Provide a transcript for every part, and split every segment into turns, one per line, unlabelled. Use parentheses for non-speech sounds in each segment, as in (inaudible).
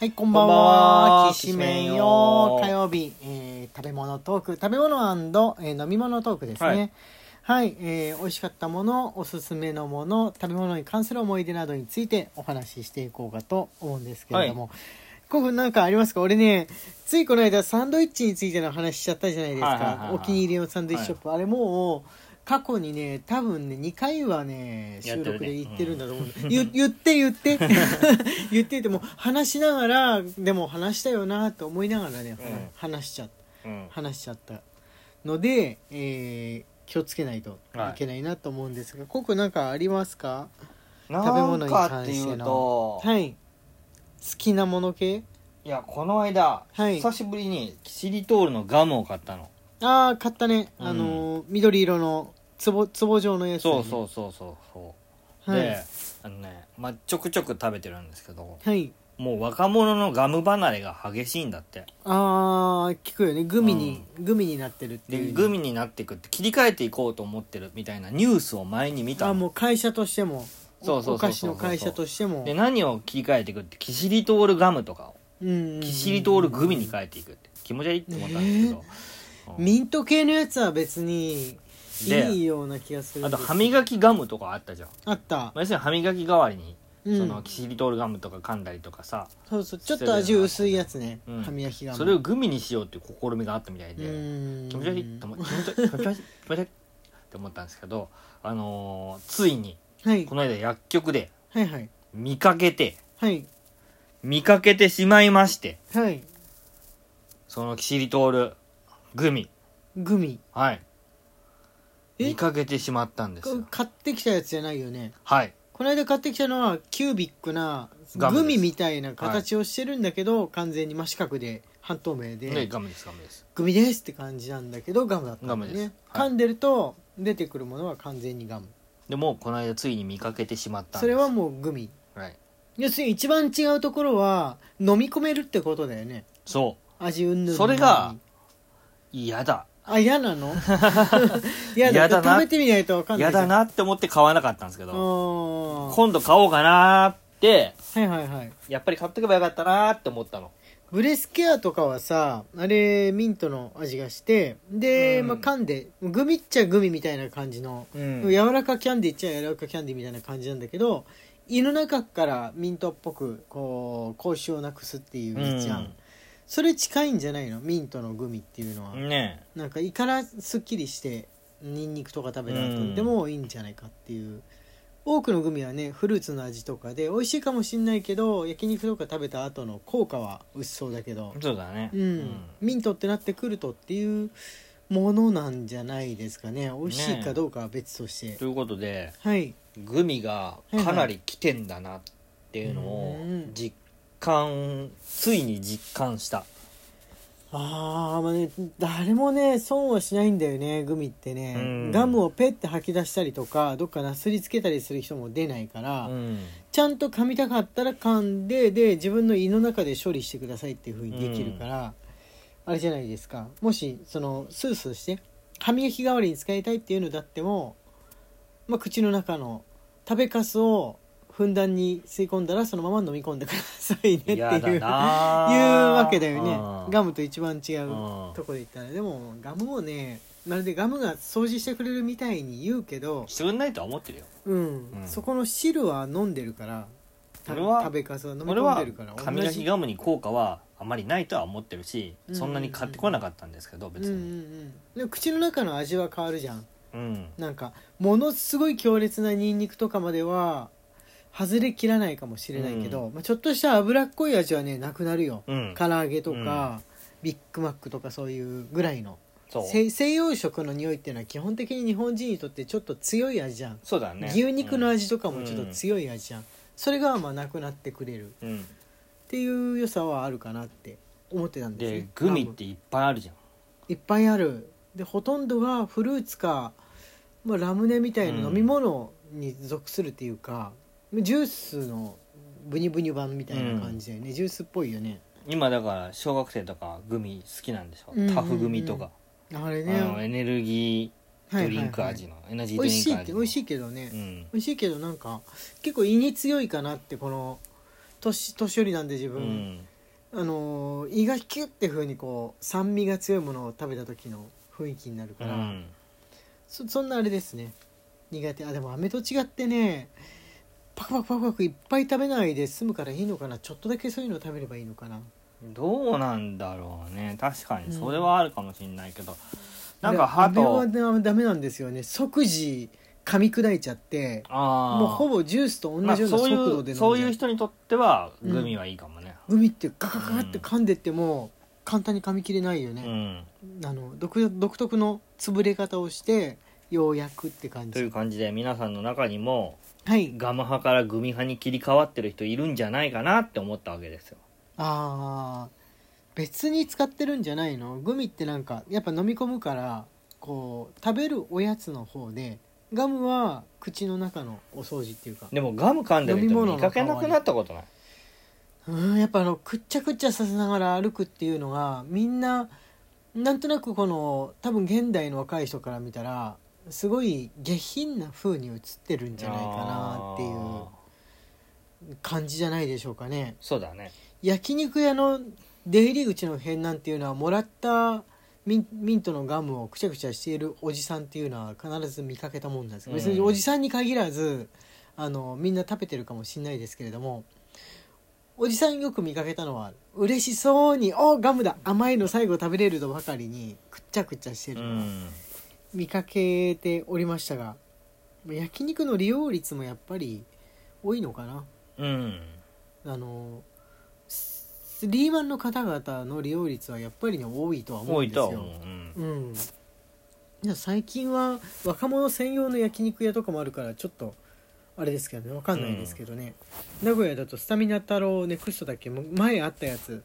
はい、こんばんは。
こんばんは
きしめん
きしめんよ
よ。火曜日、えー食べ物トーク、食べ物、えー飲み物トークですね。はい、えー美味しかったもの、おすすめのもの、食べ物に関する思い出などについてお話ししていこうかと思うんですけれども。こうなんかありますか俺ね、ついこの間サンドイッチについての話しちゃったじゃないです
はいはいはい
か
は。い
お気に入りのサンドイッチショップ。あれもう、過去にね、多分ね、2回はね、収録で行ってるんだと思う。言言って
(laughs)
言って。 (laughs) 言ってても話しながらでも話したよなと思いながらね、
うん
話しちゃっ
うん
話しちゃったので、えー気をつけないと
はい
いけないなと思うんですが、ココなんかありますか
なんかっていうと、
はい好きなもの系
いやこの間、
はい
久しぶりにキシリトールのガムを買ったの
ああ買ったね、
うん
あのー緑色のつぼつぼ状のやつ、ね、
そうそうそうそうそう、
はい、
であのね、まあ、ちょくちょく食べてるんですけど
はい、
もう若者のガム離れが激しいんだって
ああ聞くよねグミに、グミになってるっていう
でグミになっていくって切り替えていこうと思ってるみたいなニュースを前に見た
あ
の
ーもう会社としても
そうそうそうそう
お菓子の会社としても
で何を切り替えていくってキシリトールガムとかを
うん
キシリトールグミに変えていくって気持ち悪いって思ったんですけど、うん
ミント系のやつは別にいいような気がする
あ
んで
と
す
歯磨きガムとかあったじゃん、
あった
まあ、要するに歯磨き代わりに
うん
そのキシリトールガムとか噛んだりとかさ、
そうそうちょっと味薄いやつね
うん
歯磨きが
それをグミにしようっていう試みがあったみたいで、気
気
持ち悪いって思気持ち悪い気持ち悪い気持ち悪いって思ったんですけど、あのーついに
はい
この間薬局で
はいはい
見かけて
はい
見かけてしまいまして
はい
そのキシリトールグミ
グミ
はい
え
見かけてしまったんですよ
買ってきたやつじゃないよね
はい
この間買ってきたのはキュービックな
ガムで
グ
す
ミみたいな形をしてるんだけど完全に真四角で半透明
ね
で
ガムですガムです
グミですって感じなんだけどガムだったんだ
ガ
よ
ムです
ね
はい
噛んでると出てくるものは完全にガム
でもうこの間ついに見かけてしまったんです
それはもうグミ
はい
要するに一番違うところは飲み込めるってことだよね
そ
味うんぬん
それがう嫌だ
あ嫌
(laughs)
なの嫌だ
嫌だな
食べてみないと分かんない
嫌だ
あ
なって思って買わなかったんですけ
あ
ど
ーは
今度買おうかなーって
いはいはい
やっぱり買ってけばよかったなーって思ったの
ブレスケアとかはさあれミントの味がしてで、
うん
まあ、噛んでグミっちゃグミみたいな感じの、
うん
柔らかキャンディーっちゃ柔らかキャンディーみたいな感じなんだけど胃の中からミントっぽくこう口臭をなくすっていうじゃん、それ近いんじゃないのミントのグミっていうのは、
うんね
なんか胃からすっきりしてニンニクとか食べたら
うん
とってもいいんじゃないかっていう多くのグミはねフルーツの味とかで美味しいかもしんないけど焼肉とか食べた後の効果は薄そうだけど
そうだね
うん、ミントってなってくるとっていうものなんじゃないですかね美味しいかどうかは別として、
ということで
はい
グミがかなり来てんだなっていうの
う
を
ん
実感ついに実感した
あーまあね誰もね損はしないんだよねグミってね、
うん
ガムをペッて吐き出したりとかどっかなすりつけたりする人も出ないから、
うん
ちゃんと噛みたかったら噛んでで自分の胃の中で処理してくださいっていうふうにできるから、あれじゃないですかもしそのスースーして歯磨き代わりに使いたいっていうのだっても、まあ、口の中の食べかすをふんだんに吸い込んだらそのまま飲み込んでくださいねっていう
嫌だなー
いう (laughs) わけだよね
うん
ガムと一番違う
うん
とこで言ったらでもガムをねまるでガムが掃除してくれるみたいに言うけど
してくんないとは思ってるよ
うん、
うん
そこの汁は飲んでるからた
俺は
食べかすは飲み
俺
込ん
は
でるから
歯磨き
が
ガムに効果はあまりないとは思ってるし
うん
そんなに買ってこなかったんですけど
うんうん
別
う
に
んでも口の中の味は変わるじゃん
うん
なんかものすごい強烈なニンニクとかまでは外れきらないかもしれないけど、まあ、ちょっとした脂っこい味はねなくなるよ、
うん
唐揚げとか、ビッグマックとかそういうぐらいの
そう
西西洋食の匂いっていうのは基本的に日本人にとってちょっと強い味じゃん、
そうだね
牛肉の味とかもちょっと強い味じゃん、それがまあなくなってくれる
うんうん
っていう良さはあるかなって思ってたんです、ね、
でグミっていっぱいあるじゃん
いっぱいあるでほとんどがフルーツか、まあ、ラムネみたい
う
な
ん
飲み物に属するっていうか、ジュースのブニブニ版みたいな感じだよね、ジュースっぽいよね
今だから小学生とかグミ好きなんでしょ
うんうんうん
タフグミとか
あれ
あ
ね
のエネルギー
はい
ド
はい
リ
はい
ンク味のエナジー
美
ド
味
リン
し
ク
いっ
味
て美味し
い
いけどね、
うん
美味しいけどなんか結構胃に強いかなってこの年年寄りなんで自
う
分、
ん
あのー胃がキュッて風にこう酸味が強いものを食べた時の雰囲気になる
う
から、
ん
そそんなあれですね苦手あでも飴と違ってねパクパクパクパクいっぱい食べないで済むからいいのかなちょっとだけそういうの食べればいいのかな
どうなんだろうね確かにそれはあるかもしれないけど、なんか歯
あれは
と
なダメなんですよね即時噛み砕いちゃって
あー
もうほぼジュースと同
まあ、
じような
そう
速
い
度
う
で飲ん
そう
じゃ
いう人にとってはグミはいいかもね、
グミってガガガガって噛んでっても簡単に噛み切れないよ
うん
ね、あの独独特の潰れ方をしてようやくって感
とい
じ
う感じで皆さんの中にも
はい
ガム派からグミ派に切り替わってる人いるんじゃないかなって思ったわけですよ
あー別に使ってるんじゃないのグミってなんかやっぱ飲み込むからこう食べるおやつの方でガムは口の中のお掃除っていうか
でもガム噛んでる
飲み
人
物の
見かけなくなったことないう
ーんやっぱあのくっちゃくっちゃさせながら歩くっていうのがみんななんとなくこの多分現代の若い人から見たらすごい下品な風に映ってるんじゃないかなっていう
う
感じじゃないでしょうかね。
そうだね
焼肉屋の出入り口の辺なんていうのはもらったミンミントのガムをくちゃくちゃしているおじさんっていうのは必ず見かけたもんなんですけど
うん
別におじさんに限らずあのみんな食べてるかもしれないですけれどもおじさんよく見かけたのは嬉しそうに「おガムだ甘いの最後食べれる」とばかりにくっちゃくちゃして
う
るのを
ん
見かけておりましたが焼肉の利用率もやっぱり多いのかな。
うん
あのスリーマンの方々の利用率はやっぱりね多いとは思
多
うん
い
です
と
よ。
は思う、うん
うん、いや最近は若者専用の焼肉屋とかもあるからちょっとあれですけどねわかんないですけどね、名古屋だとスタミナ太郎ネクストだっけもう前あったやつ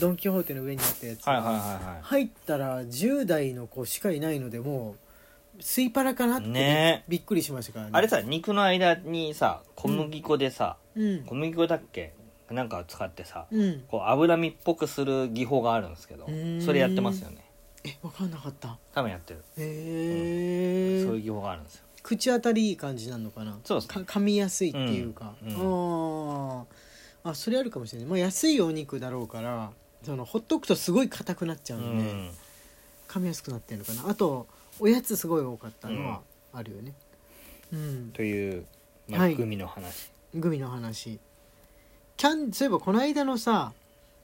ドン・キホーテの上にあったやつ、
はいはいはいは
入ったら10代の子しかいないのでもうスイパラかなってび,、
ね
びっくりしましたからね
いあれさ肉の間にさ小麦粉でさ、
うん
小麦粉だっけなんかを使ってさ、
うん
こう脂身っぽくする技法があるんですけど
うーん
それやってますよね
えわかんなかった
多分やってる
へ
そうい
え
う技法があるんですよ
口当たりいい感じなのかな
そうですね
か噛みやすいっていうか、
うん
あーあそれあるかもしれない、まあ、安いお肉だろうからそのほっとくとすごい硬くなっちゃう
うん
で、噛みやすくなってるのかなあとおやつすごい多かったのはあるよねうん、
という、ま
は
あ、
い
グミの話、
グミの話キャンそういえばこの間のさ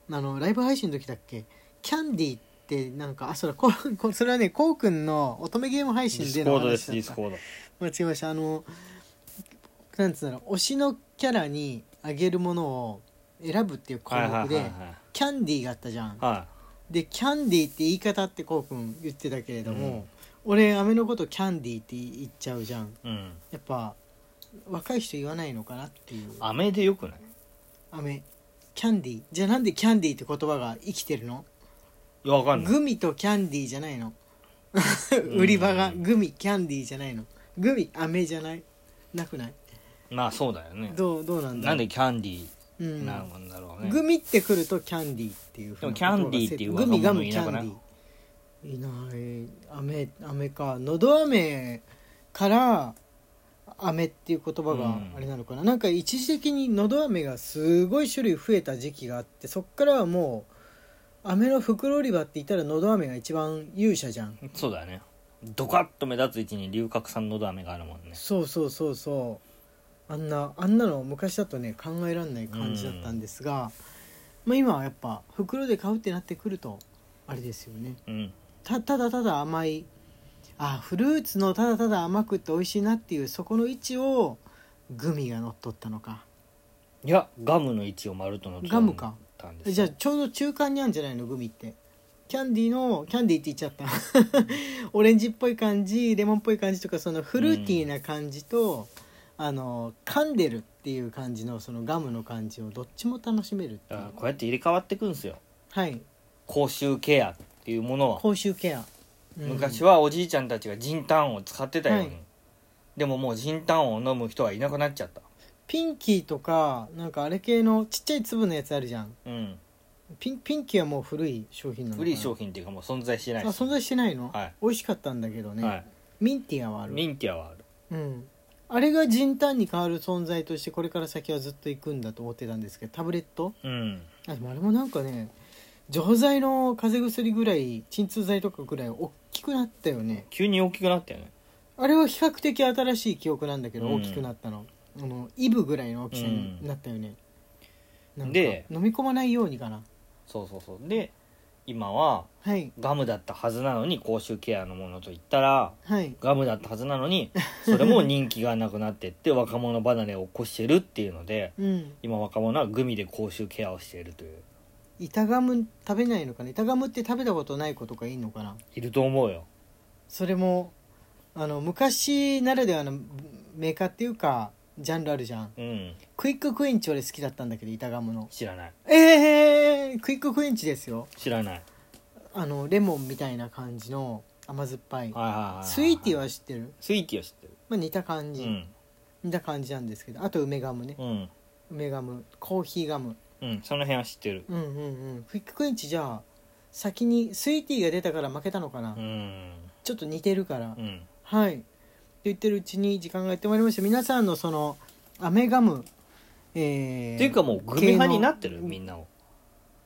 あのライブ配信の時だっけキャンディーってなんかあそれこう (laughs) こうそれはねこうくんの乙女ゲーム配
ディ
信
ス
で
コ
の
ードです
話
ディ
だっ
ス
た
コード
間違えましたあのなんつうんだろう推しのキャラにあげるものを選ぶっていう項
はいはいは
目
いはい
でキャンディーがあったじゃん
は
でキャンディーって言い方ってこうくん言ってたけれども、
うん
俺アメのことキャンディーって言っちゃうじゃん
いうん
やっぱ若い人言わないのかなっていう
飴でよくない
アメキャンディーじゃあなんでキャンディーって言葉が生きてるの
いやわかんない
グミとキャンディーじゃないの (laughs) 売り場がグミキャンディーじゃないのグミアメじゃないなくない
まあそうだよね
どうどうなんだ
なんでキャンディ
うん
ーなんだろうね、
グミってくるとキャンディーっていうふうな
でもキャンディーっていう
グミガ
若
ム
者
キ
い
ャ
なく
ンデ
ない
ィーいない飴飴かのど飴から飴っていう言葉があれなのかな、なんか一時的にのど飴がすごい種類増えた時期があってそっからはもう飴の袋売り場って言ったらのど飴が一番勇者じゃん
そうだよねドカッと目立つ位置に龍角散のど飴があるもんね
そうそうそうそうあんなあんなの昔だとね考えられない感じだったんですが、まあ、今はやっぱ袋で買うってなってくるとあれですよね
うん
たただただ甘いあフルーツのただただ甘くって美味しいなっていうそこの位置をグミが乗っ取ったのか
いやガムの位置を丸との
ガムか
たんですよ
じゃあちょうど中間にあるんじゃないのグミってキャンディーのキャンディーって言っちゃった (laughs) オレンジっぽい感じレモンっぽい感じとかそのフルーティーな感じと、あの噛んでるっていう感じのそのガムの感じをどっちも楽しめるって
だ
いう
からこうやって入れ替わってくんですよ
はい
口臭ケアっていうものを
口臭ケア、うん
昔はおじいちゃんたちがジンタンを使ってたように、
はい
でももうジンタンを飲む人はいなくなっちゃった
ピンキーとかなんかあれ系のちっちゃい粒のやつあるじゃん
うん
ピンピンキーはもう古い商品なのかな
古い商品っていうかもう存在してない
あ存在してないの、
はい
美味しかったんだけどね、
は
ミンティアはあ
い
る
ミンティアはある
うんあれが人単に変わる存在としてこれから先はずっと行くんだと思ってたんですけどタブレット
うん
あでもあれもなんかね錠剤の風邪薬ぐらい鎮痛剤とかぐらい大きくなったよね
急に大きくなったよね
あれは比較的新しい記憶なんだけど、
うん
大きくなったのあのイブぐらいの大きさになったよね、
ん
なんか
で
飲み込まないようにかな
そうそうそうで今は
はい
ガムだったはずなのに口臭ケアのものと言ったら
はい
ガムだったはずなのにそれも人気がなくなって (laughs) って若者離れを起こしてるっていうので
うん
今若者はグミで口臭ケアをしているという
板ガム食べないのかな板ガムって食べたことない子とかいいのかない
ると思うよ
それもあの昔ならではのメーカーっていうかジャンルあるじゃん
うん
クイッククインチ俺好きだったんだけど板ガムの
知らない
ええー、クイッククインチですよ
知らない
あのレモンみたいな感じの甘酸っぱい
はいはいはいはい
スイーティーは知ってる、
スイーティーは知って
まあ、似た感じ、
るうん
似た感じなんですけどあと梅ガムね
うん
梅ガムコーヒーガム
うんその辺は知ってる
うんうんうんクイッククインチじゃあ先にスイーティーが出たから負けたのかな、
うん
ちょっと似てるから、
うん
はい。って言ってるうちに時間がやってまいりました。皆さんのその、アメガム、えー、
っていうかもうグミ派になってるみんなを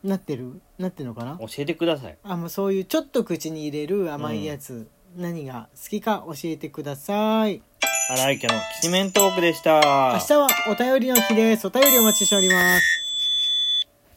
なってるなってるのかな
教えてください
あ、もうそういうちょっと口に入れる甘いやつ、何が好きか教えてください。
荒井家のきしめんトークでした
明日はお便りの日です。お便りお待ちしております。